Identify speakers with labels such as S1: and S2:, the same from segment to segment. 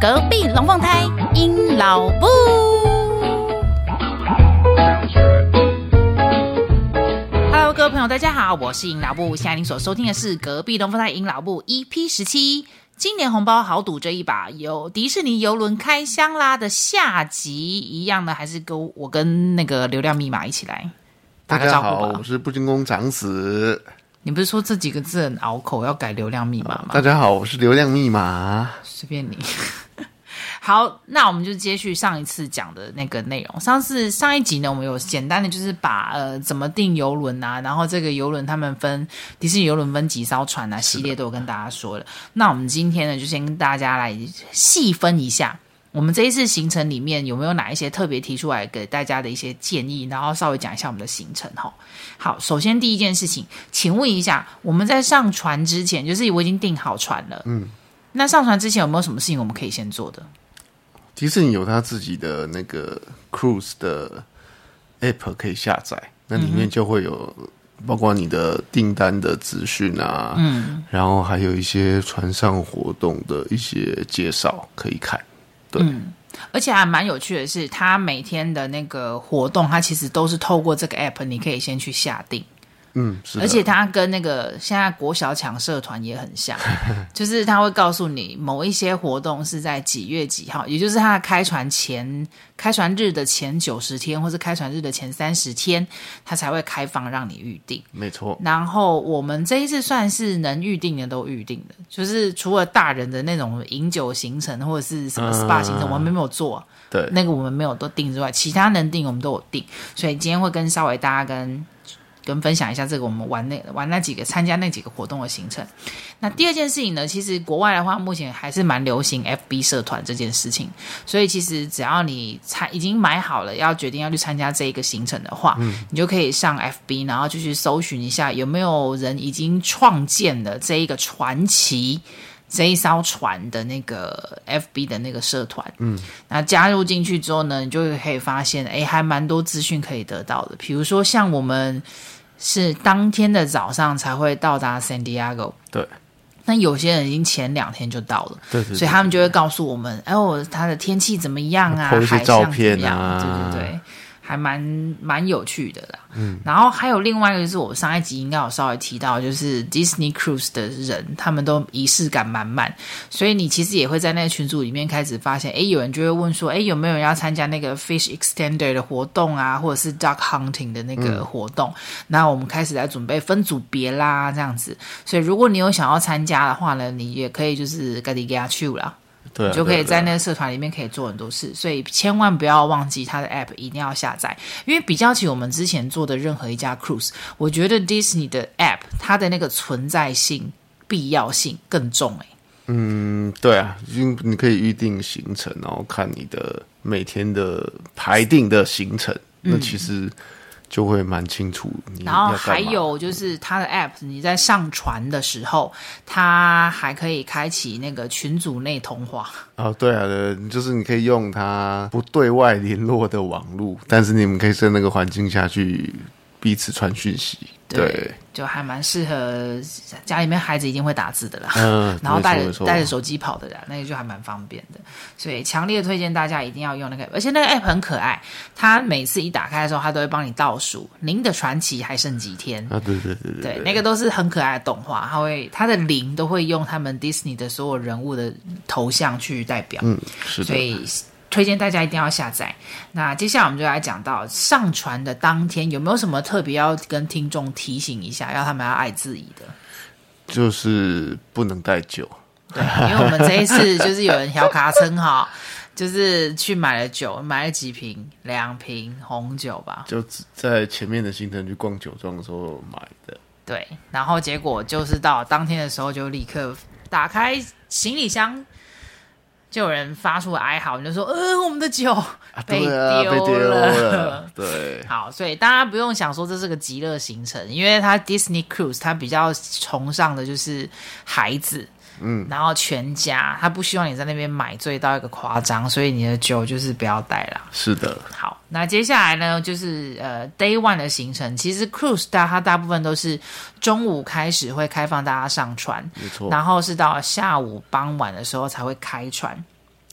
S1: 隔壁龙凤胎鹰老布。Hello，各位朋友，大家好，我是鹰老布。现在您所收听的是《隔壁龙凤胎鹰老布》EP 十七。今年红包豪赌这一把，有迪士尼游轮开箱啦的下集一样的，还是跟我跟那个流量密码一起来打
S2: 大
S1: 个
S2: 家
S1: 招呼
S2: 好，
S1: 吧
S2: 我。是布金工长子。
S1: 你不是说这几个字很拗口，要改流量密码吗？
S2: 大家好，我是流量密码。
S1: 随便你。 好，那我们就接续上一次讲的那个内容。上次上一集呢，我们有简单的就是把呃怎么订游轮啊，然后这个游轮他们分迪士尼游轮分几艘船啊系列都有跟大家说了。那我们今天呢，就先跟大家来细分一下。我们这一次行程里面有没有哪一些特别提出来给大家的一些建议，然后稍微讲一下我们的行程哈。好，首先第一件事情，请问一下，我们在上船之前，就是我已经订好船了，嗯，那上船之前有没有什么事情我们可以先做的？
S2: 迪士尼有他自己的那个 cruise 的 app 可以下载，那里面就会有包括你的订单的资讯啊，嗯，然后还有一些船上活动的一些介绍可以看。对，
S1: 而且还蛮有趣的是，它每天的那个活动，它其实都是透过这个 app，你可以先去下定。
S2: 嗯，是的。
S1: 而且它跟那个现在国小抢社团也很像，就是它会告诉你某一些活动是在几月几号，也就是它的开船前、开船日的前九十天，或是开船日的前三十天，它才会开放让你预定。
S2: 没错，
S1: 然后我们这一次算是能预定的都预定的，就是除了大人的那种饮酒行程或者是什么 SPA 行程，我们没有做、
S2: 对，
S1: 那个我们没有都定之外，其他能定我们都有定，所以今天会跟稍微大家跟跟分享一下这个我们玩那玩那几个参加那几个活动的行程。那第二件事情呢，其实国外的话，目前还是蛮流行 FB 社团这件事情，所以其实只要你参已经买好了要决定要去参加这一个行程的话，你就可以上 FB，然后就去搜寻一下有没有人已经创建了这一个传奇。这一艘船的那个 FB 的那个社团，嗯，那加入进去之后呢，你就可以发现，哎，还蛮多资讯可以得到的。比如说，像我们是当天的早上才会到达 San Diego，
S2: 对，
S1: 那有些人已经前两天就到了，
S2: 对对
S1: 所以他们就会告诉我们，哎，我它的天气怎么样啊，
S2: po 一些
S1: 海象
S2: 照片
S1: 怎么样
S2: 啊
S1: 对对对。还蛮蛮有趣的啦，嗯，然后还有另外一个就是我上一集应该有稍微提到，就是 Disney Cruise 的人，他们都仪式感满满，所以你其实也会在那个群组里面开始发现，诶，有人就会问说，诶，有没有人要参加那个 Fish Extender 的活动啊，或者是 Duck Hunting 的那
S2: 嗯
S1: 个活动？那我们开始来准备分组别啦，这样子。所以如果你有想要参加的话呢，你也可以就是跟你给他去啦，
S2: 对啊，
S1: 你就可以
S2: 对啊
S1: 在那个社团里面可以做很多事。所以千万不要忘记它的 App 一定要下载，因为比较起我们之前做的任何一家 Cruise，我觉得 Disney 的 App 它的那个存在性、必要性更重欸诶、
S2: 嗯，对啊，因你可以预定行程，然后看你的每天的排定的行程，那其实就会蛮清楚
S1: 嗯
S2: 你
S1: 然后
S2: 嗯要干
S1: 还
S2: 嘛
S1: 有就是它的 App，你在上传的时候，它还可以开启那个群组内通话。
S2: 啊、对啊，对，就是你可以用它不对外联络的网络，但是你们可以在那个环境下去彼此传讯息。对，
S1: 就还蛮适合家里面孩子一定会打字的啦，
S2: 嗯
S1: 然后带
S2: 没
S1: 着
S2: 错
S1: 带着手机跑的啦，那个就还蛮方便的。所以强烈推荐大家一定要用那个，而且那个 app 很可爱，它每次一打开的时候，它都会帮你倒数您的传奇还剩几天。
S2: 啊，对对对对
S1: 对，那个都是很可爱的动画，它会它的零都会用他们 Disney 的所有人物的头像去代表。
S2: 嗯，是
S1: 所
S2: 的，
S1: 以推荐大家一定要下载。那接下来我们就来讲到上传的当天有没有什么特别要跟听众提醒一下，要他们要爱自己的。
S2: 就是不能带酒。
S1: 对，因为我们这一次就是有人调卡称哈，就是去买了酒，买了几瓶，两瓶红酒吧，
S2: 就只在前面的行程去逛酒庄的时候买的，
S1: 对，然后结果就是到当天的时候就立刻打开行李箱。就有人发出哀嚎，就说：“呃，我们的酒
S2: 啊
S1: 被
S2: 对啊，被丢
S1: 了。
S2: 了，对，
S1: 好，所以大家不用想说这是个极乐行程，因为它 Disney Cruise 它比较崇尚的就是孩子，嗯，然后全家，他不希望你在那边买醉到一个夸张，所以你的酒就是不要带啦。
S2: 是的，
S1: 好，那接下来呢，就是呃 Day One 的行程，其实 Cruise 大它大部分都是中午开始会开放大家上船，
S2: 没错。
S1: 然后是到下午傍晚的时候才会开船。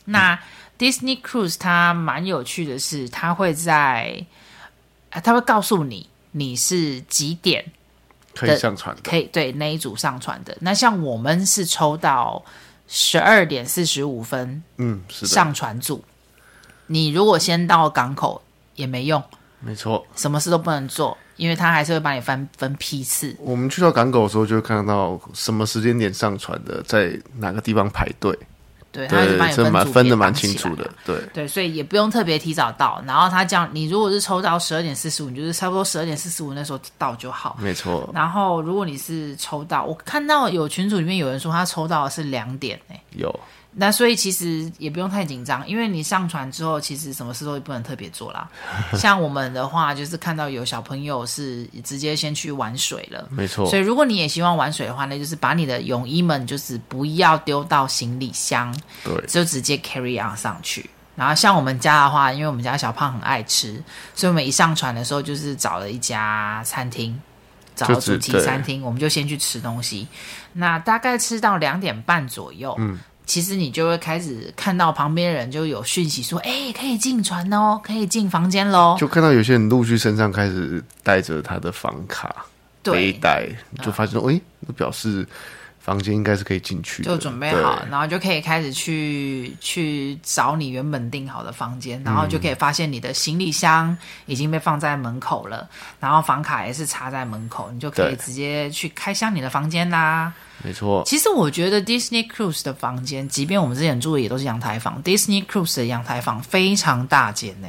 S1: 那 Disney Cruise 它蛮有趣的是，它会在，啊它会告诉你你是几点
S2: 可以上传的，
S1: 可以对那一组上传的。那像我们是抽到十二点四十五分
S2: 嗯，是的，
S1: 上船组，你如果先到港口也没用，
S2: 没错。
S1: 什么事都不能做，因为它还是会把你分分批次。
S2: 我们去到港口的时候，就会看到什么时间点上传的，在哪个地方排队，
S1: 对，它就把
S2: 对，
S1: 你
S2: 这蛮
S1: 组
S2: 分
S1: 别
S2: 的蛮
S1: 绑
S2: 清
S1: 起来
S2: 楚的，对，
S1: 对，所以也不用特别提早到。然后他这样，你如果是抽到十二点四十五，你就是差不多十二点四十五那时候到就好。
S2: 没错。
S1: 然后如果你是抽到，我看到有群组里面有人说他抽到的是两点诶、
S2: 有，
S1: 那所以其实也不用太紧张，因为你上船之后，其实什么事都不能特别做 啦。像我们的话，就是看到有小朋友是直接先去玩水了。
S2: 没错
S1: 所，以，如果你也希望玩水的话，那就是把你的泳衣们就是不要丢到行李箱，
S2: 对，
S1: 就直接 carry on 上去。然后像我们家的话，因为我们家小胖很爱吃，所以我们一上船的时候就是找了一家餐厅，找了
S2: 就
S1: 主
S2: 只
S1: 题餐厅，我们就先去吃东西。那大概吃到两点半左右，嗯，其实你就会开始看到旁边人就有讯息说，哎，可以进船哦，可以进房间喽。
S2: 就看到有些人陆续身上开始带着他的房卡
S1: 对，
S2: 背
S1: 嗯
S2: 带，就发现说，诶，那表示房间应该是可以进去的，
S1: 就准备
S2: 对
S1: 好，然后就可以开始去去找你原本订好的房间，然后就可以发现你的行李箱已经被放在门口了，然后房卡也是插在门口，你就可以
S2: 对
S1: 直接去开箱你的房间啦。
S2: 没错，
S1: 其实我觉得 Disney Cruise 的房间，即便我们之前住的也都是阳台房，Disney Cruise 的阳台房非常大间呢、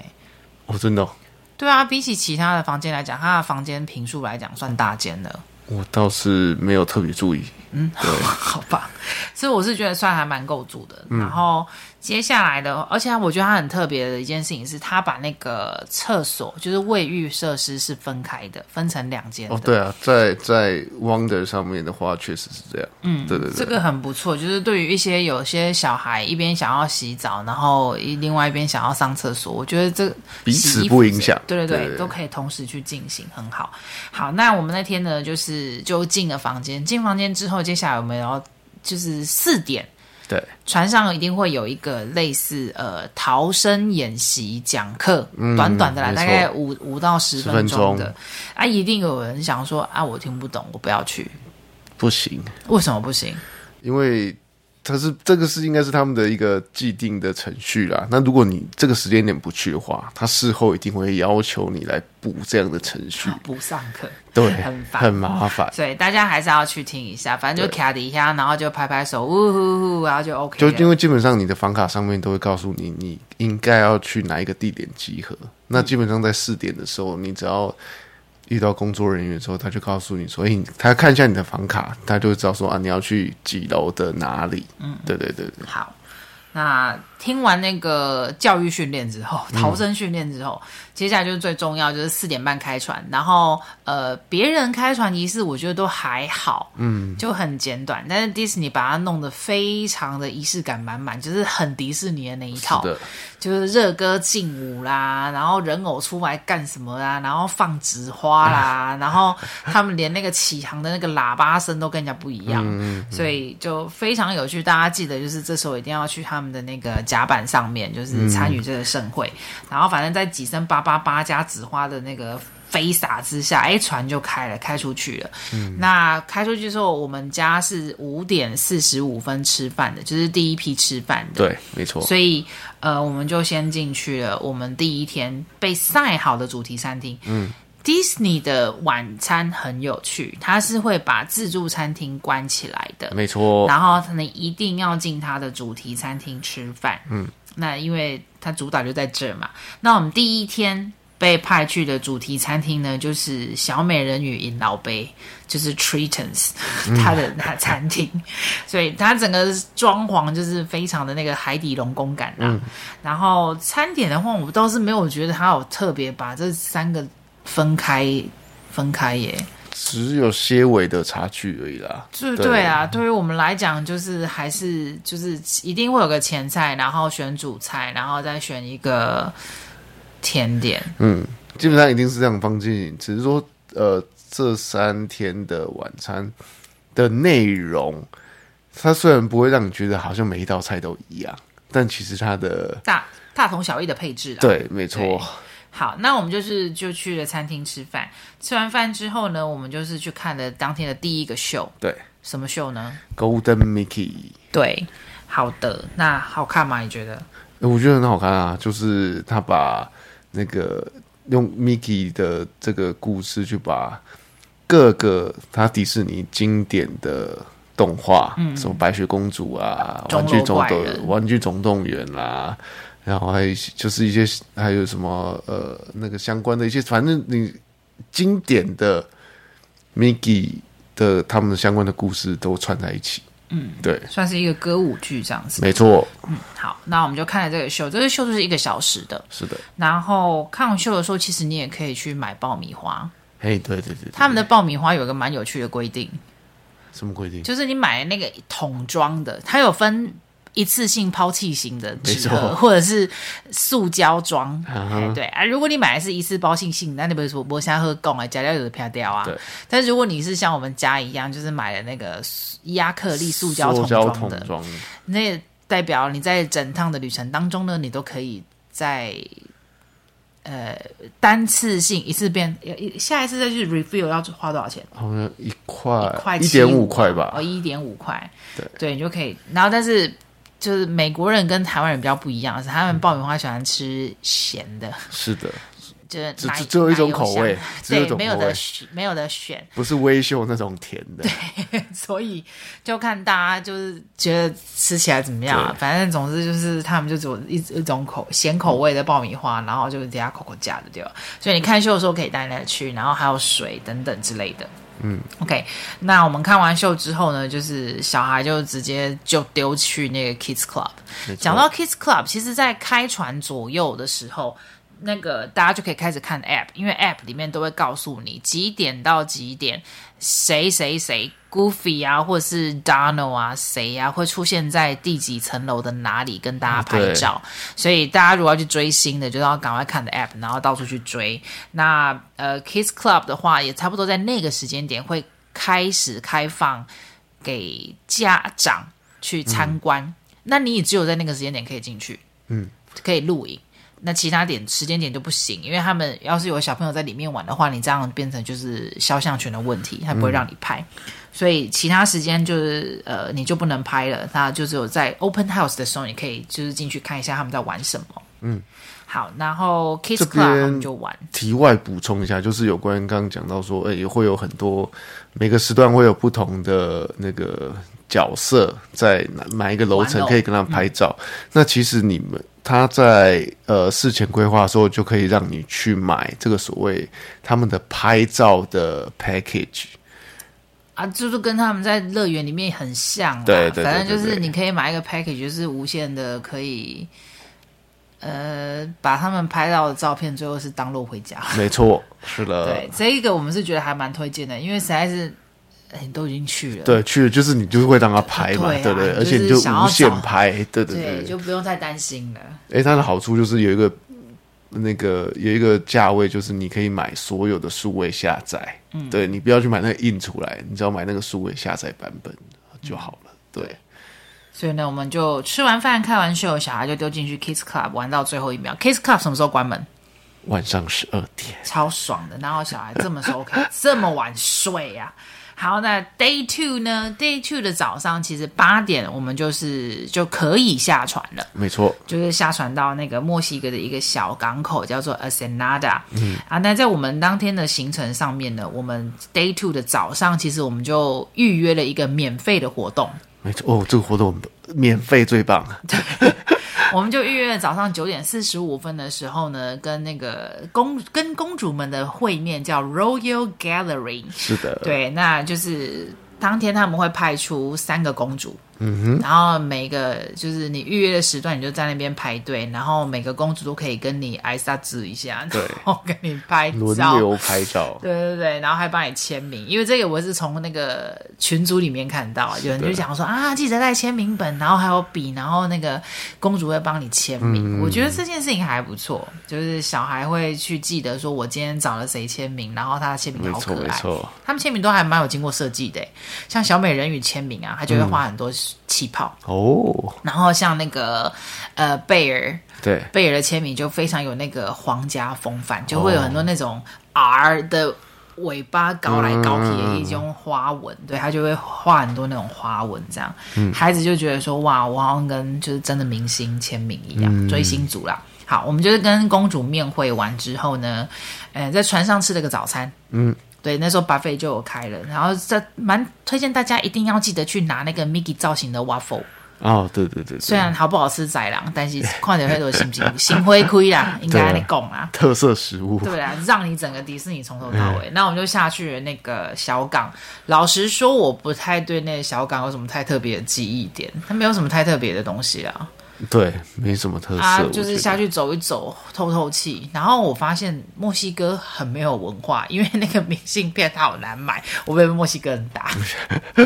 S2: 我真的哦，
S1: 对啊，比起其他的房间来讲，它的房间平数来讲算大间的。
S2: 我倒是没有特别注意，
S1: 嗯好吧，所以我是觉得算还蛮够住的。
S2: 嗯
S1: 然后接下来的，而且我觉得它很特别的一件事情是，它把那个厕所就是卫浴设施是分开的，分成两间的。
S2: 哦，对啊，在在 Wonder 上面的话，确实是这样。嗯，对对对，
S1: 这个很不错，就是对于一些有些小孩一边想要洗澡，然后一另外一边想要上厕所，我觉得这
S2: 彼
S1: 洗
S2: 此
S1: 衣服
S2: 不影响。
S1: 对对对，
S2: 对
S1: 都可以同时去进行，很好。好，那我们那天呢，就是就进了房间，进房间之后，接下来我们要就是四点。
S2: 对，
S1: 船上一定会有一个类似呃逃生演习讲课，短短的啦，
S2: 嗯没
S1: 大
S2: 错
S1: 概五五到十
S2: 10
S1: 分钟
S2: 分
S1: 的
S2: 钟
S1: 啊，一定有人想说啊，我听不懂，我不要去，
S2: 不行，
S1: 为什么不行？
S2: 因为它是这个是应该是他们的一个既定的程序啦。那如果你这个时间点不去的话，他事后一定会要求你来补这样的程序，
S1: 不上课，
S2: 对，
S1: 很烦
S2: 很麻烦。
S1: 所以大家还是要去听一下，反正就卡底下，然后就拍拍手，呜呼呼，然后就 OK
S2: 就
S1: 了。
S2: 因为基本上你的房卡上面都会告诉你你应该要去哪一个地点集合。那基本上在四点的时候，你只要遇到工作人员之后，他就告诉你说，哎、他看一下你的房卡，他就会知道说啊，你要去几楼的哪里。嗯，对对对对，
S1: 好，那听完那个教育训练之后，
S2: 嗯
S1: 逃生训练之后，接下来就是最重要，就是四点半开船。然后呃，别人开船仪式我觉得都还好，嗯，就很简短。但是迪士尼把它弄得非常的仪式感满满，就是很迪士尼的那一套
S2: 是，的，
S1: 就是热歌劲舞啦，然后人偶出来干什么啦，然后放纸花啦，然后他们连那个起航的那个喇叭声都跟人家不一样，所以就非常有趣。大家记得就是这时候一定要去他们的那个甲板上面，就是参与这个盛会。然后反正在几声八八八加纸花的那个。飞洒之下，哎，船就开了，开出去了。那开出去之后，我们家是五点四十五分吃饭的，就是第一批吃饭的。
S2: 对，没错，
S1: 所以呃，我们就先进去了我们第一天被晒好的主题餐厅。嗯，Disney 的晚餐很有趣，它是会把自助餐厅关起来的。
S2: 没错，
S1: 然后你一定要进它的主题餐厅吃饭。嗯，那因为它主打就在这嘛。那我们第一天被派去的主题餐厅呢，就是小美人鱼饮料杯，就是 Tritons 它的那餐厅，所以它整个装潢就是非常的那个海底龙宫感啊。然后餐点的话，我倒是没有觉得它有特别把这三个分开分开耶。
S2: 只有些微的差距而已啦。
S1: 是
S2: 对
S1: 对啊，对于我们来讲，就是还是就是一定会有个前菜，然后选主菜，然后再选一个甜点。
S2: 嗯，基本上一定是这样帮进行，只是说呃，这三天的晚餐的内容，它虽然不会让你觉得好像每一道菜都一样，但其实它的
S1: 大大同小异的配置啦。
S2: 对，没错
S1: 对，好，那我们就是就去了餐厅吃饭，吃完饭之后呢，我们就是去看了当天的第一个秀，
S2: 对
S1: 什么秀呢？
S2: ，Golden Mickey，
S1: 对，好的，那好看吗？你觉得？
S2: 呃我觉得很好看啊，就是他把那个用 Mickey 的这个故事去把各个他迪士尼经典的动画，
S1: 嗯
S2: 什么白雪公主啊，
S1: 钟
S2: 玩
S1: 楼
S2: 具总
S1: 怪
S2: 动
S1: 人
S2: 玩具总动员啦、然后还有一些就是一些还有什么呃那个相关的一些，反正你经典的 Mickey 的他们相关的故事都串在一起。嗯，对，
S1: 算是一个歌舞剧这样子。
S2: 没错，
S1: 好，那我们就看了这个秀，这个秀就是一个小时的。
S2: 是的，
S1: 然后看完秀的时候，其实你也可以去买爆米花。
S2: 嘿，对对对对
S1: 他们的爆米花有一个蛮有趣的规定，
S2: 什么规定？
S1: 就是你买那个桶装的，它有分一次性抛弃型的纸
S2: 没
S1: 盒，
S2: 错
S1: 或者是塑胶装。
S2: 啊
S1: 哎对啊，如果你买的是一次抛弃性，那你不是说剥虾喝贡啊，加料有的飘掉啊
S2: 对。
S1: 但是如果你是像我们家一样，就是买了那个亚克力塑胶桶
S2: 塑胶
S1: 装
S2: 桶
S1: 的，
S2: 装，
S1: 那也代表你在整趟的旅程当中呢，你都可以在。呃，单次性一次变，一下一次再去 refill 要花多少钱？
S2: 好像一块
S1: 一块
S2: 一点
S1: 75
S2: 五块
S1: 哦，
S2: 吧，
S1: 一点五块，
S2: 对
S1: 你就可以。然后，但是就是美国人跟台湾人比较不一样，是他
S2: 嗯
S1: 们爆米花喜欢吃咸的，
S2: 是的，
S1: 就是
S2: 只
S1: 奶
S2: 只只有一种
S1: 奶油
S2: 口
S1: 香
S2: 味只有一
S1: 对，
S2: 种
S1: 没有
S2: 口
S1: 的
S2: 味
S1: 选没有的选，
S2: 不是微秀那种甜的，
S1: 所以就看大家就是觉得吃起来怎么样、啊。
S2: 对
S1: 反正总之就是他们就只有一一种口咸口味的爆米花，然后就是底下口口架的对吧？所以你看秀的时候可以带那个去，然后还有水等等之类的。嗯，OK，那我们看完秀之后呢，就是小孩就直接就丢去那个 Kids Club。
S2: 没错
S1: 讲到 Kids Club，其实在开船左右的时候，那个大家就可以开始看 App，因为 App 里面都会告诉你几点到几点，谁谁谁 Goofy 啊，或是 Donald 啊，谁呀、啊、会出现在第几层楼的哪里跟大家拍照。所以大家如果要去追星的，就要赶快看的 App，然后到处去追。那呃，Kids Club 的话，也差不多在那个时间点会开始开放给家长去参观。那你也只有在那个时间点可以进去，嗯，可以录影。那其他点时间点就不行，因为他们要是有小朋友在里面玩的话，你这样变成就是肖像权的问题，他不会让你拍。所以其他时间就是呃，你就不能拍了。那就只有在 open house 的时候，你可以就是进去看一下他们在玩什么。嗯，好，然后 kids
S2: 这
S1: club
S2: 边
S1: 他们就玩，
S2: 题外补充一下，就是有关刚刚讲到说，哎、也会有很多每个时段会有不同的那个角色在哪哪一个楼
S1: 玩
S2: 层
S1: 偶嗯
S2: 可以跟他拍照。那其实你们他在呃事前规划的时候，就可以让你去买这个所谓他们的拍照的 package。
S1: 啊，就是跟他们在乐园里面很像啦，啊
S2: 对对对
S1: 反正就
S2: 对
S1: 是
S2: 对
S1: 你可以买一个 package，就是无限的可以，呃，把他们拍到的照片最后是当落回家。
S2: 没 错，是的，
S1: 对，这一个我们是觉得还蛮推荐的，因为实在是，哎你都已经去了，
S2: 对，去了就是你就是会让他拍嘛，
S1: 对啊
S2: 对不对？而且你
S1: 就
S2: 就是
S1: 想要
S2: 无限
S1: 找
S2: 拍，对对
S1: 对，
S2: 对。
S1: 就不用太担心了。
S2: 哎，它的好处就是有一个那个有一个价位，就是你可以买所有的数位下载，嗯，对你不要去买那个印出来，你只要买那个数位下载版本就好了。对，
S1: 所以呢，我们就吃完饭、看完秀，小孩就丢进去 Kids Club 玩到最后一秒。Kids Club 什么时候关门？
S2: 晚上十二点，
S1: 超爽的。然后小孩这么说 OK，这 么晚睡呀、好，那 Day Two 呢？Day Two 的早上，其实八点我们就是就可以下船了。
S2: 没错，
S1: 就是下船到那个墨西哥的一个小港口，叫做 Ensenada。嗯啊，那在我们当天的行程上面呢，我们 Day Two 的早上，其实我们就预约了一个免费的活动，
S2: 没错。哦，这个活动免费 最棒，
S1: 我们就预约了早上九点四十五分的时候呢，跟那个公跟公主们的会面，叫 Royal Gallery。
S2: 是的，
S1: 对，那就是当天他们会派出三个公主，嗯哼，然后每个就是你预约的时段，你就在那边排队，然后每个公主都可以跟你挨撒子一下，
S2: 对
S1: 然后跟你拍
S2: 轮
S1: 照。
S2: 流拍照，
S1: 对对对，然后还帮你签名，因为这个我是从那个群组里面看到，有人就讲说啊，记得带签名本，然后还有笔，然后那个公主会帮你签
S2: 嗯
S1: 名。我觉得这件事情还不错，就是小孩会去记得说我今天找了谁签名，然后他的签名
S2: 没
S1: 好
S2: 错
S1: 可
S2: 没
S1: 爱。
S2: 错，
S1: 他们签名都还蛮有经过设计的欸，像小美人鱼签名啊，他就会画很多气泡。
S2: 哦，
S1: 然后像那个呃贝尔，
S2: 对，
S1: 贝尔的签名就非常有那个皇家风范，就会有很多那种 R 的尾巴高来高去的一种花纹，对他就会画很多那种花纹，这样、孩子就觉得说哇，我好像跟就是真的明星签名一样，追星族啦。好，我们就是跟公主面会完之后呢，呃，在船上吃了个早餐，对，那时候 buffet 就有开了，然后这蛮推荐大家一定要记得去拿那个 Mickey 造型的 waffle。
S2: 哦，对对对，对
S1: 虽然好不好吃宰狼，但是看着会多心情 心灰灰啦，应该你拱啦，
S2: 特色食物，
S1: 啊对啦，让你整个迪士尼从头到尾。那我们就下去了那个小港。老实说，我不太对那个小港有什么太特别的记忆点，它没有什么太特别的东西啊。
S2: 对，没什么特色，
S1: 啊，
S2: 我
S1: 就是
S2: 觉
S1: 下
S2: 得
S1: 去走一走，透透气。然后我发现墨西哥很没有文化，因为那个明信片它好难买，我被墨西哥人打。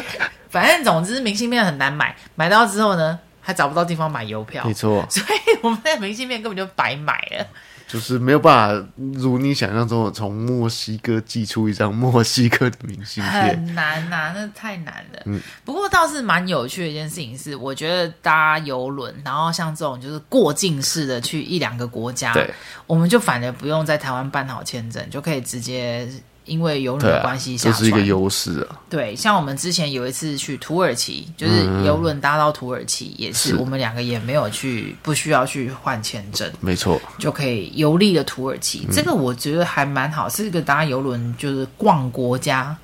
S1: 反正总之明信片很难买，买到之后呢，还找不到地方买邮票
S2: 没，错，
S1: 所以我们的明信片根本就白买了。
S2: 就是没有办法如你想象中的从墨西哥寄出一张墨西哥的明信片。
S1: 很难呐、那太难了。
S2: 嗯
S1: 不过倒是蛮有趣的一件事情是，我觉得搭游轮，然后像这种就是过境式的去一两个国家
S2: 对，
S1: 我们就反而不用在台湾办好签证，就可以直接因为游轮
S2: 对
S1: 的
S2: 啊，
S1: 关系下
S2: 这
S1: 船。
S2: 是一个优势啊，
S1: 对，像我们之前有一次去土耳其，就是游轮搭到土耳其，也是
S2: 嗯是
S1: 我们两个也没有去，不需要去换签证。
S2: 没错，
S1: 就可以游历的土耳其，
S2: 嗯
S1: 这个我觉得还蛮好，是一个搭游轮就是逛国家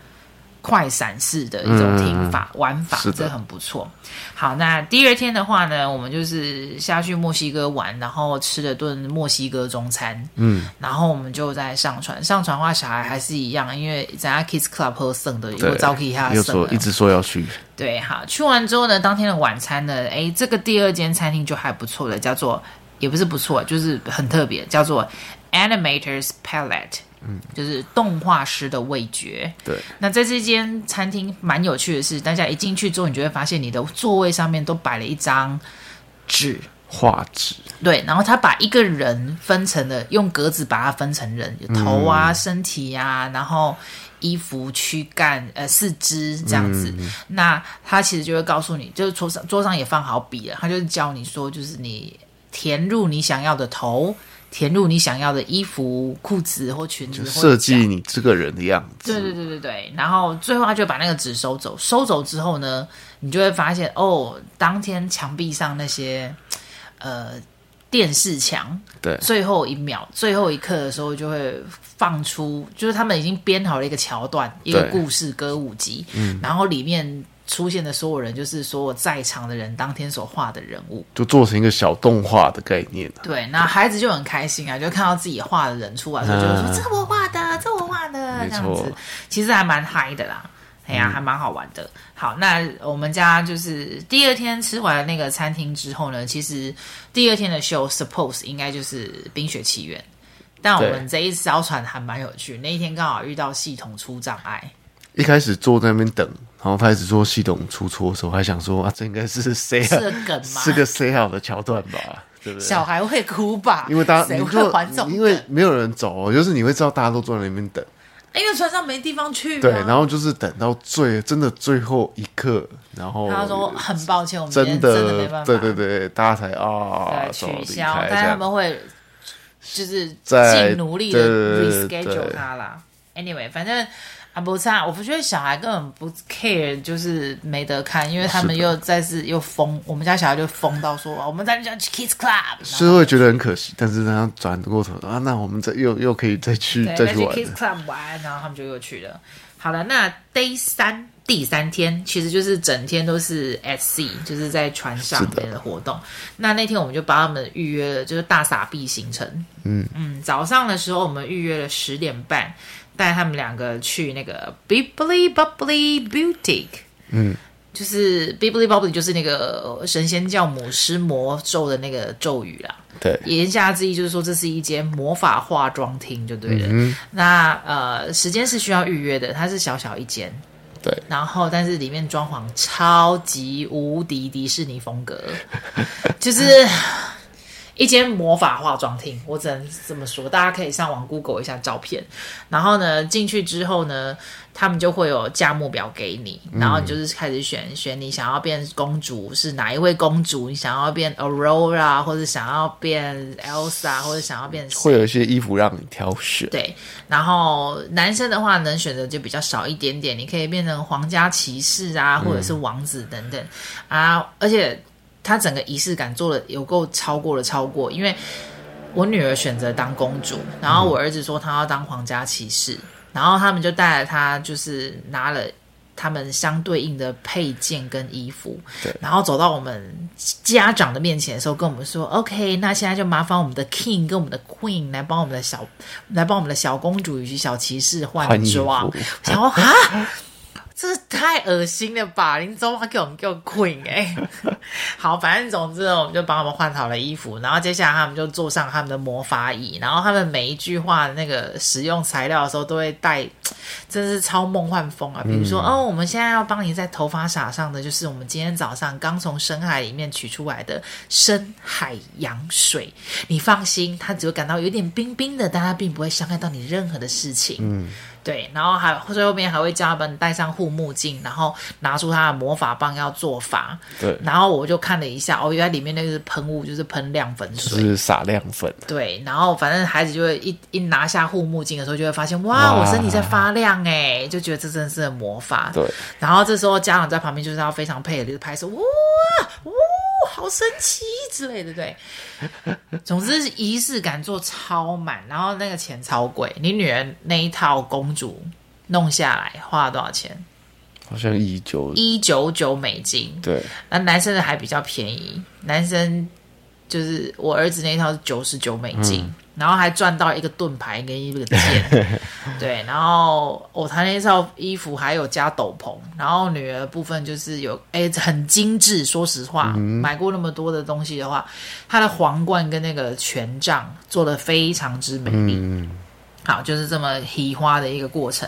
S1: 快闪式的一种停法、玩法
S2: 嗯是，的
S1: 这很不错。好，那第二天的话呢，我们就是下去墨西哥玩，然后吃了顿墨西哥中餐，嗯，然后我们就在上船，上船的话小孩还是一样，因为在 Kids Club 喝剩的，
S2: 对
S1: 有早起他
S2: 又
S1: 剩
S2: 说
S1: 了
S2: 一，直说要去，
S1: 对，好，去完之后呢，当天的晚餐呢，诶，这个第二间餐厅就还不错了，叫做也不是不错，啊就是很特别，叫做 Animators Palette，嗯，就是动画师的味觉。
S2: 对，
S1: 那在这间餐厅蛮有趣的是，大家一进去之后，你就会发现你的座位上面都摆了一张纸，
S2: 画质，
S1: 对，然后他把一个人分成了，用格子把它分成人，有头啊、
S2: 嗯
S1: 身体啊，然后衣服、躯干、呃四肢这样子。
S2: 嗯
S1: 那他其实就会告诉你，就是桌上桌上也放好笔了，他就是教你说，就是你填入你想要的头，填入你想要的衣服、裤子或裙子
S2: 就
S1: 或
S2: 设
S1: 夹
S2: 计你这个人的样子，
S1: 对对对对对，然后最后他就把那个纸收走，收走之后呢，你就会发现哦，当天墙壁上那些呃电视墙，
S2: 对
S1: 最后一秒、最后一刻的时候就会放出，就是他们已经编好了一个桥段，一个
S2: 对嗯
S1: 故事歌舞集，然后里面出现的所有人就是所有在场的人当天所画的人物，
S2: 就做成一个小动画的概念啊
S1: 对，那孩子就很开心啊，就看到自己画的人出来，所以就会说、
S2: 嗯
S1: 这我画的，这我画的，
S2: 没
S1: 这样子
S2: 错，嗯
S1: 其实还蛮嗨的啦。哎呀、还蛮好玩的。好，那我们家就是第二天吃完那个餐厅之后呢，其实第二天的秀 suppose 应该就是《冰雪奇缘》，但我们这一艘船还蛮有趣。那一天刚好遇到系统出障碍，
S2: 一开始坐在那边等，然后他一直说系统出错的时候，还想说啊，这应该是谁
S1: 是
S2: 啊？
S1: 个梗吗？
S2: 是个塞好的桥段吧，对不对？
S1: 小孩会哭吧？
S2: 因 为大家
S1: 谁
S2: 你
S1: 会玩这
S2: 就
S1: 种
S2: 因为
S1: 梗
S2: 没有人走，就是你会知道大家都坐在那边等，
S1: 哎因为船上没地方去、啊。
S2: 对，然后就是等到最真的最后一刻，然后
S1: 他说很抱歉，我们今
S2: 真
S1: 天真的没办法，
S2: 对对对，大家才啊
S1: 对，
S2: 走
S1: 取
S2: 离
S1: 消
S2: 开，这
S1: 但他
S2: 样
S1: 们会就是
S2: 在
S1: 尽努力
S2: 对
S1: 的
S2: 对对
S1: reschedule
S2: 对
S1: 它啦。Anyway，反正啊不差，我不觉得小孩根本不 care，就是没得看，因为他们
S2: 是的
S1: 又再次又疯，我们家小孩就疯到说啊我们在家去 kids club，然
S2: 是
S1: 后
S2: 会觉得很可惜，但是他转过头啊，那我们再又又可以再去
S1: 对，
S2: 再
S1: 再
S2: 去
S1: 去
S2: 玩
S1: kids club 玩，然后他们就又去了。好了，那 day 三第三天其实就是整天都是 at sea，就是在船上
S2: 是的
S1: 面的活动。那那天我们就帮他们预约了，就是大傻逼行程。嗯嗯，早上的时候我们预约了十点半，带他们两个去那个 Bibbly Bubbly Boutique。就是 Bibbly Bobbly，就是那个神仙教母施魔咒的那个咒语啦。
S2: 对
S1: 言下之意就是说，这是一间魔法化妆厅，就对了。
S2: 嗯
S1: 那呃，时间是需要预约的，它是小小一间，
S2: 对，
S1: 然后但是里面装潢超级无敌迪士尼风格，就是一间魔法化妆厅，我只能这么说。大家可以上网 Google 一下照片。然后呢，进去之后呢，他们就会有价目表给你，然后你就是开始选、选你想要变公主是哪一位公主，你想要变 Aurora 或者想要变 Elsa 或者想要变谁
S2: 会有一些衣服让你挑选。
S1: 对，然后男生的话能选择就比较少一点点，你可以变成皇家骑士啊，或者是王子等等、啊，而且他整个仪式感做的有够超过了超过，因为我女儿选择当公主，然后我儿子说他要当皇家骑士，然后他们就带了他，就是拿了。他们相对应的配件跟衣服，
S2: 对
S1: 然后走到我们家长的面前的时候，跟我们说：“OK，那现在就麻烦我们的 King 跟我们的 Queen 来帮我们的小来帮我们的小公主以及小骑士换
S2: 换衣服
S1: 装。”然后啊，这太恶心了吧！林总啊还给我们给我 Queen 哎、好，反正总之呢，我们就帮他们换好了衣服，然后接下来他们就坐上他们的魔法椅，然后他们每一句话那个使用材料的时候都会带真是超梦幻风啊！比如说，哦，我们现在要帮你在头发撒上的，就是我们今天早上刚从深海里面取出来的深海洋水。你放心，它只会感到有点冰冰的，但它并不会伤害到你任何的事情。嗯，对。然后还最后面还会叫他们戴上护目镜，然后拿出他的魔法棒要做法。
S2: 对，
S1: 然后我就看了一下，哦，原来里面那个是喷雾，就是喷亮粉
S2: 就
S1: 水。
S2: 是撒亮粉。
S1: 对，然后反正孩子就会一一拿下护目镜的时候，就会发现哇，
S2: 哇
S1: 我身体在发亮哎，就觉得这真的是魔法。
S2: 对，
S1: 然后这时候家长在旁边就是要非常配合，就是拍手哇哇，好神奇之类的， 对。总之仪式感做超满，然后那个钱超贵，你女儿那一套公主弄下来花了多少钱？
S2: 好像依旧
S1: 一九九美金，
S2: 对，
S1: 那男生的还比较便宜，男生就是我儿子那一套是九十九美金，然后还赚到一个盾牌跟一个剑，对，然后我他那套衣服还有加斗篷，然后女儿的部分就是有哎很精致，说实话，买过那么多的东西的话，她的皇冠跟那个权杖做的非常之美丽。
S2: 嗯，
S1: 好，就是这么提花的一个过程。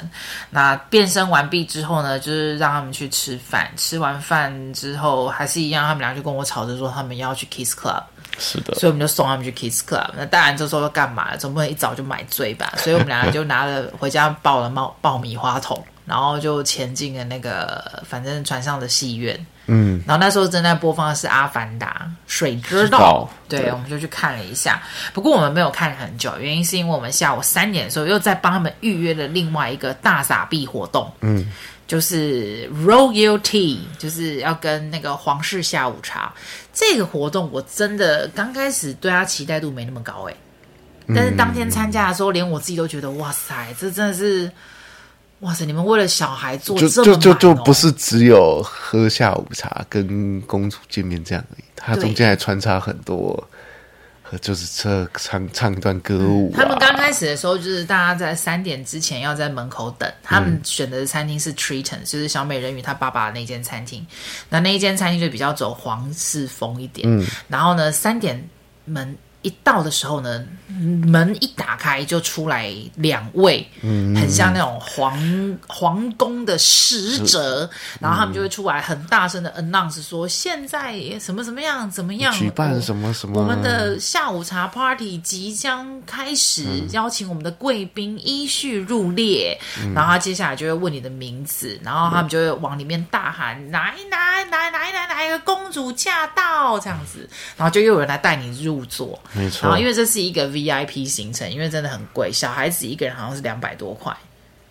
S1: 那变身完毕之后呢，就是让他们去吃饭。吃完饭之后，还是一样，他们俩就跟我吵着说他们要去 Kiss Club，
S2: 是的，
S1: 所以我们就送他们去 Kiss Club。那当然这时候要干嘛？总不能一早就买醉吧？所以我们俩就拿了回家抱了爆爆米花桶，然后就前进了那个反正船上的戏院。
S2: 嗯，
S1: 然后那时候正在播放的是《阿凡达：水之道》
S2: 道
S1: 对，
S2: 对
S1: 我们就去看了一下。不过我们没有看很久，原因是因为我们下午三点的时候又在帮他们预约了另外一个大傻逼活动，
S2: 嗯，
S1: 就是 Royal Tea，就是要跟那个皇室下午茶。这个活动我真的刚开始对它期待度没那么高哎、
S2: 嗯
S1: 但是当天参加的时候，连我自己都觉得哇塞，这真的是。哇塞！你们为了小孩做
S2: 就
S1: 这么
S2: 就就
S1: 满
S2: 就
S1: 哦
S2: 不是只有喝下午茶跟公主见面这样而已，它
S1: 对
S2: 中间还穿插很多，呃就是这唱唱一段歌舞、
S1: 嗯
S2: 啊
S1: 他们刚开始的时候，就是大家在三点之前要在门口
S2: 嗯
S1: 等。他们选择的餐厅是 Treaton，、就是小美人鱼她爸爸那间餐厅。那那一间餐厅就比较走皇室风一
S2: 嗯
S1: 点。然后呢，三点门一到的时候呢，门一打开就出来两位，
S2: 嗯
S1: 很像那种皇皇宫的使者，然
S2: 嗯
S1: 后他们就会出来很大声的 announce 说，现在什么什么样怎么样
S2: 举办
S1: 我
S2: 什么什么，
S1: 我们的下午茶 party 即将开始，
S2: 嗯
S1: 邀请我们的贵宾依序入列。然后他接下来就会问你的名字，然后他们就会往里面大喊：“来来来来来来，个公主驾到！”这样子，然后就又有人来带你入座。
S2: 嗯没
S1: 然
S2: 错
S1: 后，因为这是一个 VIP 行程，因为真的很贵，小孩子一个人好像是两百多块。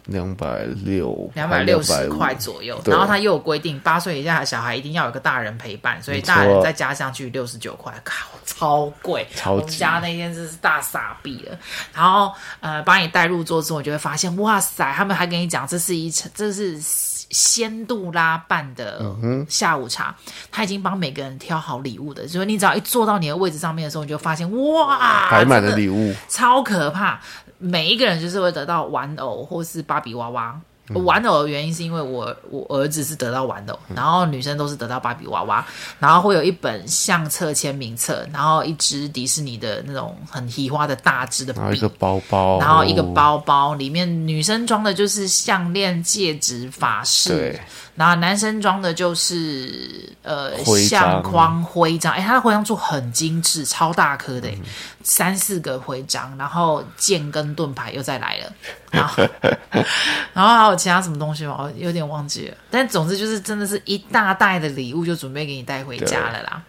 S2: 两百六
S1: 两百六十块左右，
S2: 对
S1: 然后他又有规定，八岁以下的小孩一定要有个大人陪伴，所以大
S2: 没
S1: 人
S2: 错
S1: 再加上去六十九块， 靠，超贵！
S2: 超级
S1: 我们家那天真是大傻逼了。然后呃，把你带入座之后，你就会发现，哇塞，他们还跟你讲这是一场，这是仙杜拉办的
S2: 嗯
S1: 下午茶，他已经帮每个人挑好礼物的，所以你只要一坐到你的位置上面的时候，你就发现，哇，
S2: 摆满了
S1: 真的
S2: 礼物，
S1: 超可怕。每一个人就是会得到玩偶或是芭比娃娃。
S2: 嗯
S1: 玩偶的原因是因为我我儿子是得到玩偶，然后女生都是得到芭比娃娃，然后会有一本相册签名册，然后一支迪士尼的那种很提花的大支的笔，
S2: 然后一个包包，
S1: 然后一个包包里面女生装的就是项链、戒指、发饰
S2: 对，
S1: 然后男生装的就是呃
S2: 徽章
S1: 相框徽章，哎，他的徽章做很精致，超大颗的，哎
S2: 嗯
S1: 三四个徽章，然后剑跟盾牌又再来了，然后 然后还有其他什么东西吗？我哦有点忘记了，但总之就是真的是一大袋的礼物就准备给你带回家了啦。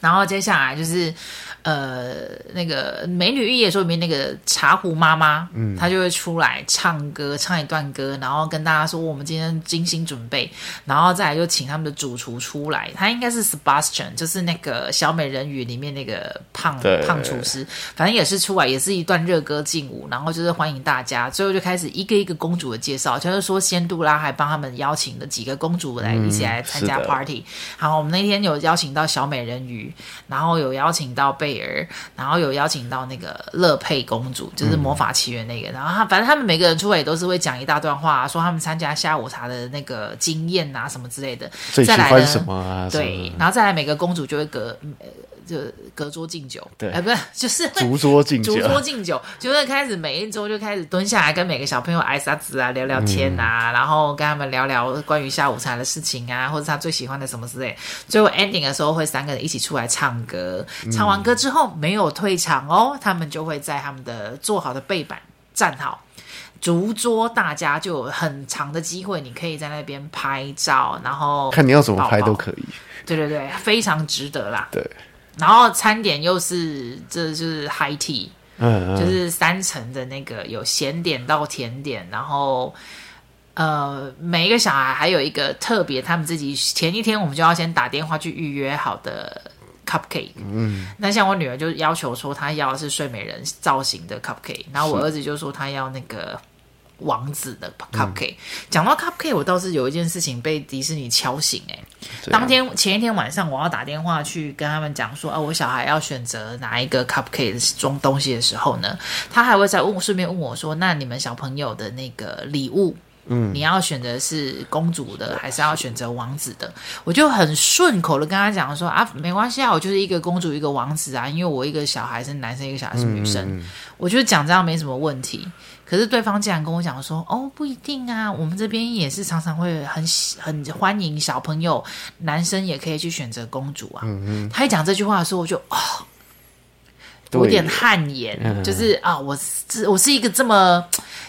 S1: 然后接下来就是，呃，那个《美女与野兽》里面那个茶壶妈妈，嗯，她就会出来唱歌，唱一段歌，然后跟大家说我们今天精心准备，然后再来就请他们的主厨出来，他应该是 Sebastian，就是那个小美人鱼里面那个胖
S2: 对
S1: 胖厨师，反正也是出来，也是一段热歌劲舞，然后就是欢迎大家，最后就开始一个一个公主的介绍，就是说仙杜拉还帮他们邀请了几个公主来一起来参加
S2: 嗯是的
S1: party，、好，我们那天有邀请到小美人鱼，然后有邀请到贝尔，然后有邀请到那个乐佩公主，就是《
S2: 嗯
S1: 魔法奇缘》那个。然后他反正他们每个人出来也都是会讲一大段话、说他们参加下午茶的那个经验啊什么之类的。
S2: 最喜
S1: 再来
S2: 欢
S1: 呢
S2: 什么啊？什
S1: 对
S2: 么，
S1: 然后再来每个公主就会隔呃就隔桌敬酒，
S2: 对
S1: 哎、不是就是会
S2: 竹桌敬酒
S1: 逐，桌敬酒，就是开始每一周就开始蹲下来跟每个小朋友挨撒子啊，聊聊天啊，
S2: 嗯
S1: 然后跟他们聊聊关于下午茶的事情啊，或者他最喜欢的什么之类。最后 ending 的时候会三个人一起出来唱歌，
S2: 嗯
S1: 唱完歌之后没有退场哦，他们就会在他们的做好的背板站好。逐桌，大家就有很长的机会，你可以在那边拍照，然后
S2: 看你要怎么拍都
S1: 抱抱
S2: 可以。
S1: 对对对，非常值得啦。
S2: 对，
S1: 然后餐点又是这就是 high tea，
S2: 嗯
S1: 就
S2: 嗯，
S1: 是三层的那个有咸点到甜点，然后呃，每一个小孩还有一个特别，他们自己前一天我们就要先打电话去预约好的 cupcake。嗯，那像我女儿就要求说她要的是睡美人造型的 cupcake，然后我儿子就说他要那个。王子的
S2: 嗯
S1: cupcake，、讲到 cupcake，我倒是有一件事情被迪士尼敲醒哎、
S2: 这样
S1: 当天前一天晚上，我要打电话去跟他们讲说，啊，我小孩要选择哪一个 cupcake 装东西的时候呢，他还会再问，顺便问我说，那你们小朋友的那个礼物，嗯，你要选择是公主的，还是要选择王子的？我就很顺口的跟他讲说，啊，没关系啊，我就是一个公主，一个王子啊，因为我一个小孩是男生，一个小孩是女生，我觉得讲这样没什么问题。可是对方竟然跟我讲说：“哦，不一定啊，我们这边也是常常会很喜很欢迎小朋友，男生也可以去选择公主啊。他一讲这句话的时候，我就哦，有
S2: 对
S1: 点汗颜，就是啊，我是我是一个这么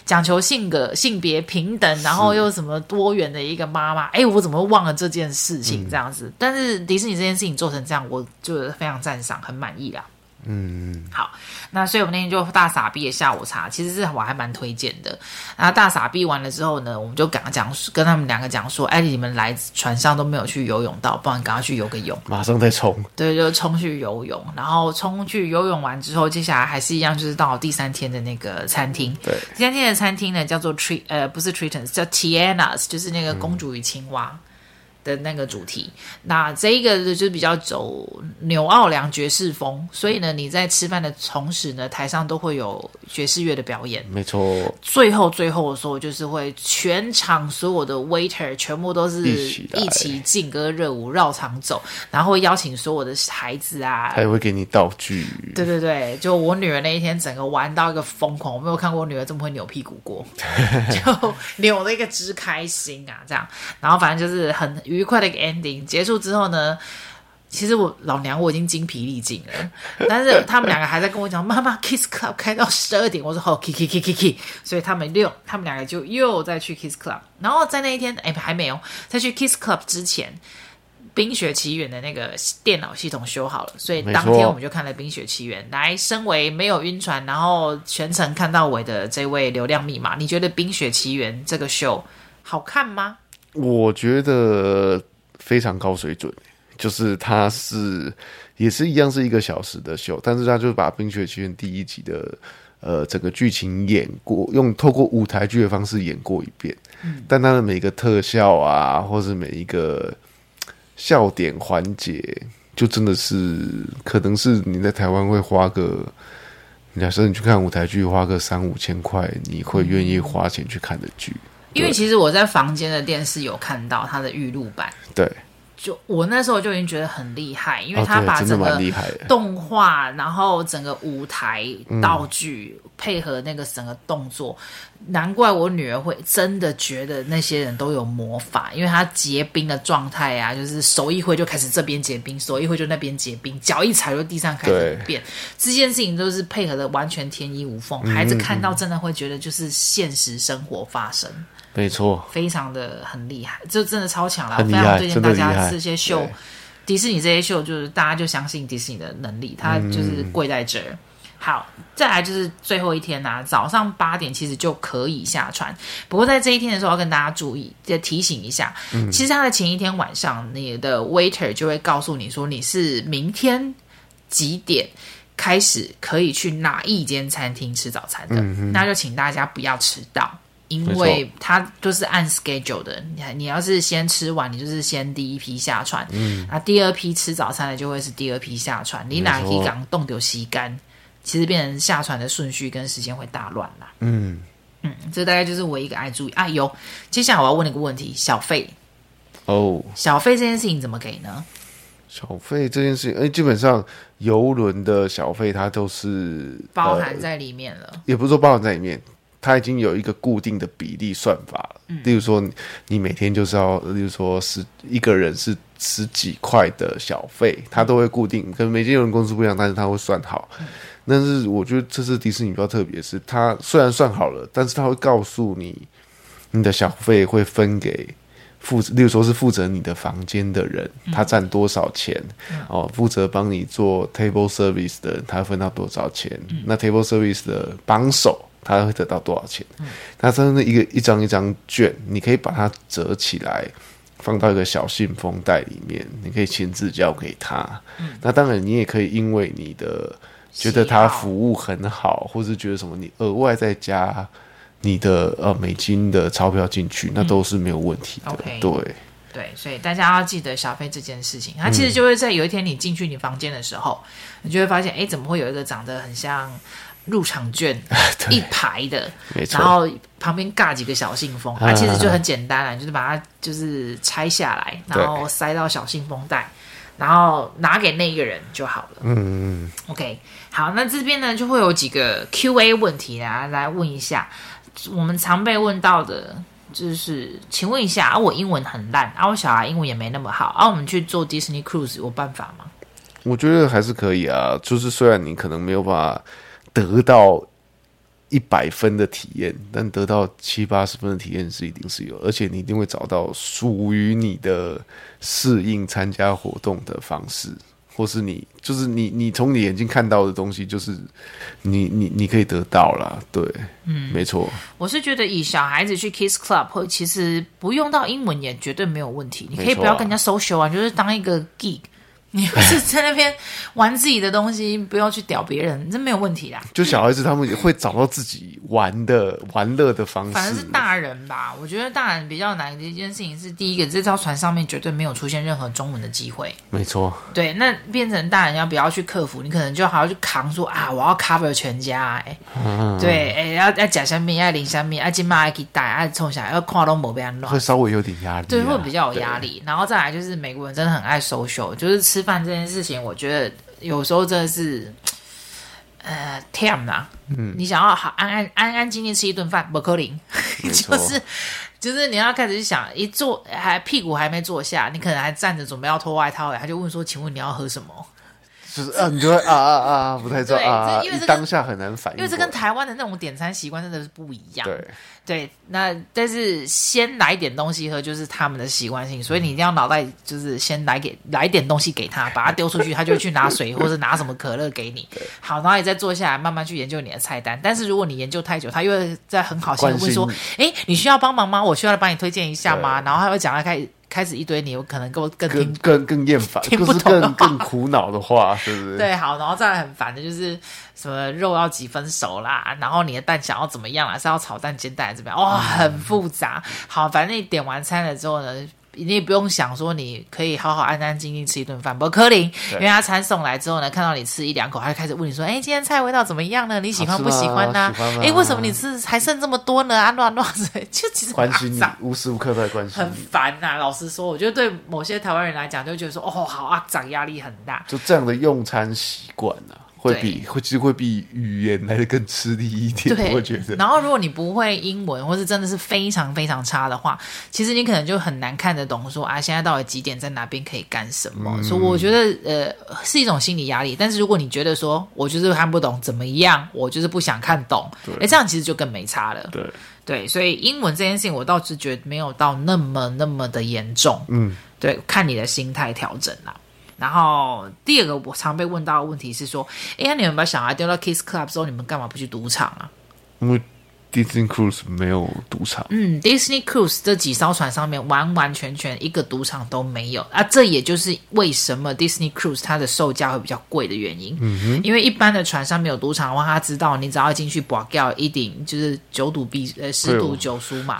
S1: 讲求性格、性别平等，然后又什么多元的一个妈妈，哎，我怎么会忘了这件事情这样子？但是迪士尼这件事情做成这样，我就非常赞赏，很满意啦。嗯，好，那所以我们那天就大傻逼的下午茶，其实是我还蛮推荐的。然后大傻逼完了之后呢，我们就赶快讲跟他们两个讲说，哎，你们来船上都没有去游泳到，不然赶快去游个泳。
S2: 马上再冲，
S1: 对，就冲去游泳，然后冲去游泳完之后，接下来还是一样，就是到第三天的那个餐厅。
S2: 对，
S1: 第三天的餐厅呢叫做 Tree，呃，不是 Tritons，叫 Tiana's，就是那个公主与青蛙的那个主题。那这一个就是比较走纽奥良爵士风，所以呢，你在吃饭的同时呢，台上都会有爵士乐的表演。
S2: 没错，
S1: 最后最后的时候，就是会全场所有的 waiter 全部都是
S2: 一起来
S1: 一起劲歌热舞绕场走，然后会邀请所有的孩子啊
S2: 他。也会给你道具。
S1: 对对对，就我女儿那一天整个玩到一个疯狂，我没有看过我女儿这么会扭屁股 过，就扭了一个直开心啊，这样，然后反正就是很愉快的一个 ending。结束之后呢，其实我老娘我已经精疲力尽了， 但是他们两个还在跟我讲，妈妈 Kiss Club 开到十二点，我说好 k i k i k i k i k i 所以他们六，他们两个就又再去 Kiss Club，然后在那一天，哎，还没有，在去 Kiss Club 之前。《冰雪奇缘》的那个电脑系统修好了，所以
S2: 没
S1: 当
S2: 错
S1: 天我们就看了《冰雪奇缘》。来，身为没有晕船，然后全程看到尾的这位流量密码，你觉得《冰雪奇缘》这个秀好看吗？
S2: 我觉得非常高水准，就是它是也是一样是一个小时的秀，但是它就把《冰雪奇缘》第一集的呃整个剧情演过，用透过舞台剧的方式演过一遍，
S1: 嗯
S2: 但它的每个特效啊，或是每一个笑点环节，就真的是可能是你在台湾会花个。假设你去看舞台剧，花个三五千块，你会愿意花钱去看的剧？
S1: 因为其实我在房间的电视有看到它的预录版，
S2: 对，
S1: 就我那时候就已经觉得很厉害，因为
S2: 哦
S1: 他
S2: 对
S1: 把
S2: 真的
S1: 整个
S2: 蛮厉害的
S1: 动画，然后整个舞台
S2: 嗯
S1: 道具、配合那个整个动作，难怪我女儿会真的觉得那些人都有魔法，因为她结冰的状态啊，就是手一挥就开始这边结冰，手一挥就那边结冰，脚一踩就地上开始
S2: 对
S1: 变，这件事情都是配合的完全天衣无缝，孩
S2: 嗯
S1: 子看到真的会觉得就是现实生活发生。
S2: 没错，
S1: 非常的很厉害，这真的超强啦！我
S2: 哦很
S1: 非
S2: 厉害
S1: 常推荐
S2: 真的
S1: 大
S2: 厉
S1: 家
S2: 害
S1: 这些秀
S2: 对，
S1: 迪士尼这些秀就是大家就相信迪士尼的能力，它
S2: 嗯
S1: 就是贵在这儿。好，再来就是最后一天呐、早上八点其实就可以下船。不过在这一天的时候，要跟大家注意，再提醒一下，
S2: 嗯
S1: 其实它的前一天晚上，你的 waiter 就会告诉你说你是明天几点开始可以去哪一间餐厅吃早餐的，那就请大家不要迟到，因
S2: 嗯没错
S1: 为它就是按 schedule 的。你你要是先吃完，你就是先第一批下船，嗯，那第二批吃早餐的就会是第二批下船。你哪一港冻丢吸干，其实变成下船的顺序跟时间会大乱啦。
S2: 嗯，
S1: 这大概就是我一个爱注意啊。有，接下来我要问你一个问题：小费，
S2: 哦，
S1: 小费这件事情怎么给呢？
S2: 小费这件事情，哎、基本上游轮的小费它都是
S1: 包
S2: 呃
S1: 含在里面了。
S2: 也不是说包含在里面，它已经有一个固定的比例算法了。
S1: 嗯
S2: 例如说你，你每天就是要，例如说十一个人是十几块的小费，它都会固定，
S1: 嗯
S2: 跟每间游轮公司不一样，但是它会算好。但是我觉得这次迪士尼比较特别，是它虽然算好了，但是它会告诉你你的小费会分给负，例如说是负责你的房间的人，
S1: 嗯
S2: 他占多少钱？哦，负责帮你做 table service 的人，他分到多少钱？
S1: 嗯
S2: 那 table service 的帮手，他会得到多少钱？
S1: 嗯
S2: 那真的一个一张一张卷，你可以把它折起来。放到一个小信封袋里面，你可以亲自交给他。那当然，你也可以因为你的觉得他
S1: 嗯喜好
S2: 服务很好，或是觉得什么，你额外再加你的呃美金的钞票进去，那都是没有问题
S1: 嗯
S2: 的。
S1: OK
S2: 对，
S1: 对，所以大家要记得小费这件事情。它其实就会在有一天你进去你房间的时候，你就会发现，哎，怎么会有一个长得很像入场券 一排的，
S2: 没错
S1: 然后旁边尬几个小信封？它、其实就很简单啊了，你就是把它就是拆下来，然后塞到小信封袋，然后拿给那个人就好了。嗯嗯嗯。OK，好，那这边呢就会有几个 Q&A 问题啊，来问一下。我们常被问到的就是，请问一下，啊，我英文很烂，啊，我小孩英文也没那么好，啊，我们去做 Disney Cruise 有办法吗？
S2: 我觉得还是可以啊。就是虽然你可能没有办法得到一百分的体验，但得到七八十分的体验是一定是有，而且你一定会找到属于你的适应参加活动的方式。或是你，就是你，你从你眼睛看到的东西，就是你，你，你可以得到啦，对，嗯，没错，
S1: 我是觉得以小孩子去 Kiss Club，或其实不用到英文也绝对没有问题。你可以
S2: 没错啊
S1: 不要跟人家 social 啊，你就是当一个 geek，你就是在那边玩自己的东西，不要去屌别人，这没有问题啦。
S2: 就小孩子他们也会找到自己玩的玩乐的方式，
S1: 反正是大人吧，我觉得大人比较难的一件事情是，第一个，这艘船上面绝对没有出现任何中文的机会。
S2: 没错，
S1: 对，那变成大人要不要去克服，你可能就还要去扛说啊，我要 cover 全家、欸，
S2: 嗯
S1: 对，哎、要要假香面，要零香面，要金马要给带，要冲下来，要跨都某边乱
S2: 会。稍微有点压力啊、
S1: 对，会比较有压
S2: 对。
S1: 力。然后再来就是美国人真的很爱 social，就是吃饭这件事情，我觉得有时候真的是，呃，time 啊，嗯，你想要好安安安安静静吃一顿饭，不可能，就
S2: 错
S1: 是就是你要开始去想，一坐还屁股还没坐下，你可能还站着准备要脱外套了，他就问说，请问你要喝什么？
S2: 就是啊，你就会啊啊啊，不太知道
S1: 对
S2: 啊，
S1: 这因为这
S2: 一
S1: 跟
S2: 当下很难反应
S1: 因
S2: 过来，
S1: 为这跟台湾的那种点餐习惯真的是不一样。
S2: 对
S1: 对那但是先来点东西喝就是他们的习惯性，所以你一定要脑袋就是先来给来点东西给他，把他丢出去，他就会去拿水或者拿什么可乐给你。好，然后你再坐下来慢慢去研究你的菜单。但是如果你研究太久，他又会在很好心的问说
S2: 关：“
S1: 哎，你需要帮忙吗？我需要帮你推荐一下吗？”
S2: 对
S1: 然后他会讲他开始开始一堆你有可能跟我更听
S2: 更更更厌烦，
S1: 听
S2: 就
S1: 不
S2: 是
S1: 懂的
S2: 更
S1: 话
S2: 更苦恼的话，对不对？
S1: 对，好，然后再来很烦的就是什么肉要几分熟啦，然后你的蛋想要怎
S2: 嗯
S1: 么样啦，是要炒蛋、煎蛋还是怎么样？哇，很复杂。好，反正你点完餐了之后呢，你也不用想说你可以好好安安静静吃一顿饭。不过柯林，因为他餐送来之后呢，看到你吃一两口，他就开始问你说：“哎，今天菜味道怎么样呢？你喜欢不喜欢呢、
S2: 好吃吗啊喜欢吗
S1: 哎，为什么你吃还剩这么多呢？啊，乱乱 之类，就其实很
S2: 关心
S1: 肮
S2: 你
S1: 脏，
S2: 无时无刻都在关心
S1: 啊很
S2: 你，
S1: 烦呐、老实说，我觉得对某些台湾人来讲，就觉得说：哦，好啊，长压力很大。
S2: 就这样的用餐习惯啊，会比会其实会比语言来的更吃力一点，
S1: 对，
S2: 我觉得。
S1: 然后如果你不会英文，或是真的是非常非常差的话，其实你可能就很难看得懂说啊，现在到底几点在哪边可以干什么。
S2: 嗯
S1: 所以我觉得呃是一种心理压力。但是如果你觉得说我就是看不懂怎么样，我就是不想看懂，哎，这样其实就更没差了。
S2: 对，
S1: 对，所以英文这件事情，我倒是觉得没有到那么那么的严重。嗯，对，看你的心态调整啦。然后第二个我常被问到的问题是说，哎呀，你们把小孩丢到 Kiss Club 之后，你们干嘛不去赌场啊？
S2: 因为 Disney Cruise 没有赌场，
S1: 嗯，Disney Cruise 这几艘船上面完完全全一个赌场都没有啊，这也就是为什么 Disney Cruise 它的售价会比较贵的原因。嗯哼，因为一般的船上面有赌场的话，他知道你只要进去保掉一顶就是九赌必呃十赌九输嘛，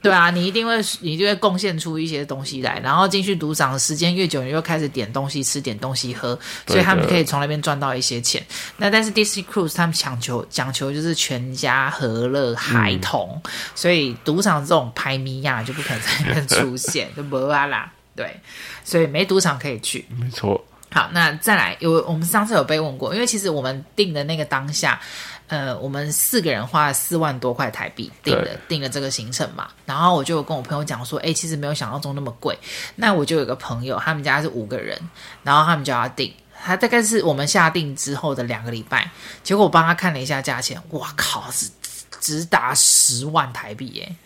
S1: 对啊，你一定会你就会贡献出一些东西来，然后进去赌场时间越久，你就开始点东西吃，点东西喝，所以他们
S2: 对的
S1: 可以从那边赚到一些钱。那但是 Disney Cruise 他们讲求讲求就是全家和乐孩童，
S2: 嗯
S1: 所以赌场这种拍咪呀就不可能在那边出现，就没啊啦。对，所以没赌场可以去。
S2: 没错，
S1: 好，那再来，有我们上次有被问过，因为其实我们订的那个当下，呃，我们四个人花了四万多块台币订了
S2: 对
S1: 订了这个行程嘛，然后我就有跟我朋友讲说，哎、其实没有想象中那么贵。那我就有个朋友，哎他们家是五个人，然后他们就要订。他大概是我们下定之后的两个礼拜，结果我帮他看了一下价钱，哇靠，是直达十万台币耶、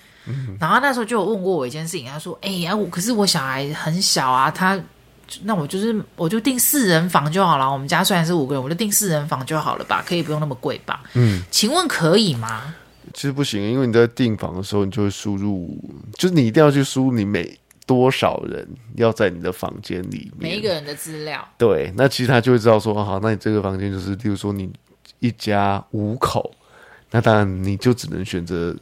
S1: 然后那时候就有问过我一件事情，他说：“哎、呀，我可是我小孩很小啊，他那我就是我就订四人房就好了。我们家虽然是五个人，我就订四人房就好了吧，可以不用那么贵吧？嗯，请问可以吗？
S2: 其实不行，因为你在订房的时候，你就会输入，就是你一定要去输入你每多少人要在你的房间里面，
S1: 每一个人的资料，
S2: 对，那其实他就会知道说，哦好，那你这个房间就是，例如说你一家五口，那当然你就只能选择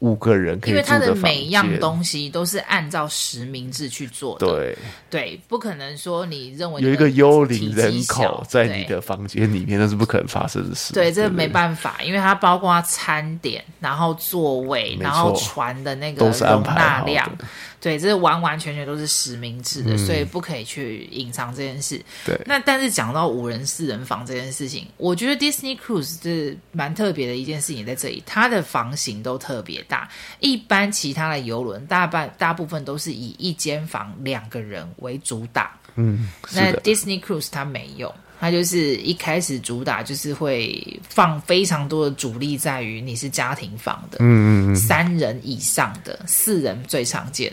S2: 五个人可以
S1: 因为
S2: 住
S1: 它的
S2: 房
S1: 每样
S2: 间
S1: 东西都是按照实名制去做的，
S2: 对，
S1: 对不可能说你认为
S2: 有一个
S1: 你的
S2: 幽
S1: 体
S2: 灵
S1: 积
S2: 人
S1: 小
S2: 口在你。
S1: 对
S2: 的房间里面，那是不可能发生的事。
S1: 对，这
S2: 不
S1: 没办法，因为它包括餐点，然后座位，
S2: 没
S1: 然后
S2: 错
S1: 船的那个
S2: 都是安
S1: 容
S2: 排
S1: 纳
S2: 好的嗯
S1: 量，对，这完完全全都是实名制的，所以不可以去隐藏这件事。
S2: 对
S1: 那但是讲到五人四人房这件事情，我觉得 Disney Cruise 是蛮特别的一件事情在这里，它的房型都特别大。一般其他的游轮大半大部分都是以一间房两个人为主打，
S2: 嗯，
S1: 那
S2: 是的，
S1: Disney Cruise 它没有，它就是一开始主打就是会放非常多的主力在于你是家庭房的，
S2: 嗯嗯嗯，
S1: 三人以上的，四人最常见。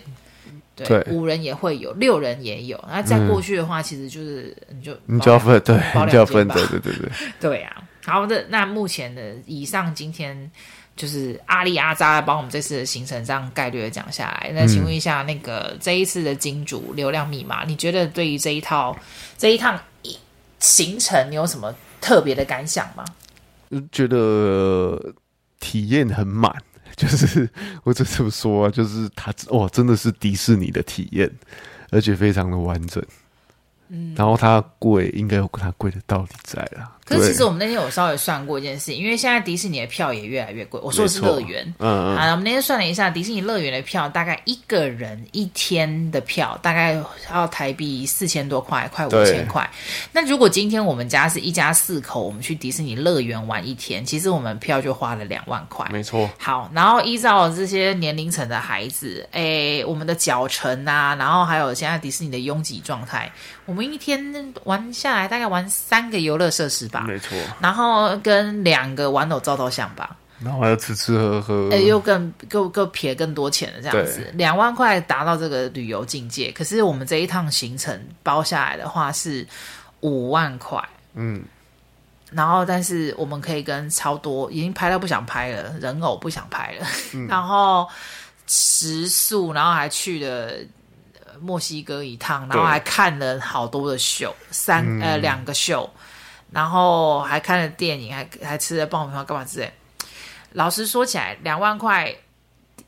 S1: 对，
S2: 对嗯
S1: 五人也会有，六人也有。那再过去的话，其实就是你就
S2: 你就要分，对，
S1: 包
S2: 你就
S1: 两
S2: 要
S1: 间
S2: 分，
S1: 吧
S2: 对对对对，
S1: 对啊。好的，那目前的以上今天就是阿里阿扎帮我们这次的行程这样概率的讲下来。
S2: 嗯
S1: 那请问一下，那个这一次的金主流量密码，你觉得对于这一套这一趟行程，你有什么特别的感想吗？
S2: 就觉得呃体验很满， 就是我只这么说啊，就是它哇，真的是迪士尼的体验，而且非常的完整。嗯，然后它贵，应该有它贵的道理在啦。
S1: 可是
S2: 对
S1: 其实我们那天有稍微算过一件事，因为现在迪士尼的票也越来越贵。我说的是
S2: 没错
S1: 乐园，
S2: 嗯嗯，
S1: 啊，我们那天算了一下，迪士尼乐园的票大概一个人一天的票大概要台币四千多块，快五
S2: 对
S1: 千块。那如果今天我们家是一家四口，我们去迪士尼乐园玩一天，其实我们票就花了两万块。
S2: 没错，
S1: 好，然后依照这些年龄层的孩子，诶，我们的脚程啊，然后还有现在迪士尼的拥挤状态，我们一天玩下来大概玩三个游乐设施吧，
S2: 错。
S1: 然后跟两个玩偶照照相吧。
S2: 然后还要吃吃喝喝，
S1: 呃，又更更更撇更多钱了，这样子
S2: 对，
S1: 两万块达到这个旅游境界。可是我们这一趟行程包下来的话是五万块，
S2: 嗯，
S1: 然后但是我们可以跟超多已经拍到不想拍了，人偶不想拍了，然后食宿，然后还去了。呃墨西哥一趟，然后
S2: 对
S1: 还看了好多的秀，三、呃两个秀，然后还看了电影，还还吃了爆米花，干嘛之类。老实说起来，两万块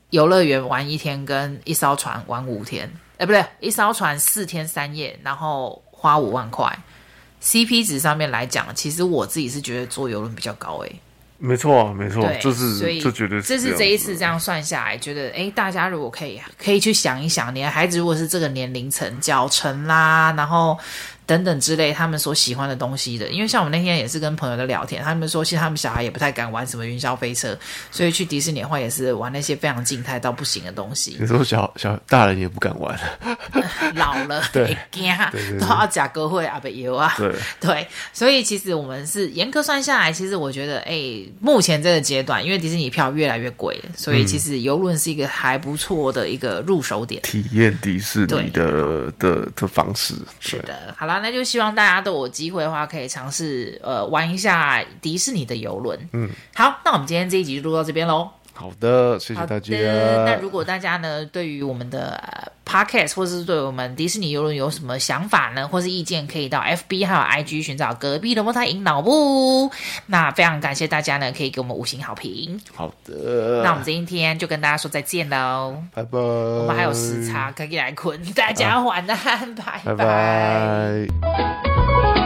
S1: 游乐园玩一天跟一艘船玩五天，哎，不对，一艘船四天三夜，然后花五万块，CP 值上面来讲，其实我自己是觉得坐游轮比较高哎。
S2: 没错，没错
S1: 对，，
S2: 哦这
S1: 所以
S2: 是这绝对
S1: 这
S2: 是
S1: 是这一次这样算下来，觉得哎，大家如果可以可以去想一想，你的孩子如果是这个年龄层，脚程啦，然后等等之类，他们所喜欢的东西的。因为像我们那天也是跟朋友在聊天，他们说其实他们小孩也不太敢玩什么云霄飞车，所以去迪士尼的话也是玩那些非常静态到不行的东西
S2: 有。时候小小大人也不敢玩，
S1: 老了会惊，都要假歌会阿伯油啊。
S2: 对，
S1: 对，所以其实我们是严格算下来，其实我觉得，哎、目前这个阶段，因为迪士尼票越来越贵了，所以其实游轮是一个还不错的一个入手点。
S2: 体验迪士
S1: 对
S2: 尼的的的方式，
S1: 是
S2: 对，
S1: 的，好啦，那就希望大家都有机会的话，可以尝试呃玩一下迪士尼的游轮。嗯，好，那我们今天这一集就录到这边喽。
S2: 好的，谢谢
S1: 好
S2: 大
S1: 的，
S2: 家。
S1: 那如果大家呢，对于我们的、呃 podcast 或是对我们迪士尼游轮有什么想法呢，或是意见，可以到 FB 还有 IG 寻找隔壁萝卜太引脑部。那非常感谢大家呢，可以给我们五星好评。
S2: 好的，
S1: 那我们今天就跟大家说再见喽。
S2: 拜拜。
S1: 我
S2: 我
S1: 们还有时，差可以来困，大家晚安，拜
S2: 拜拜。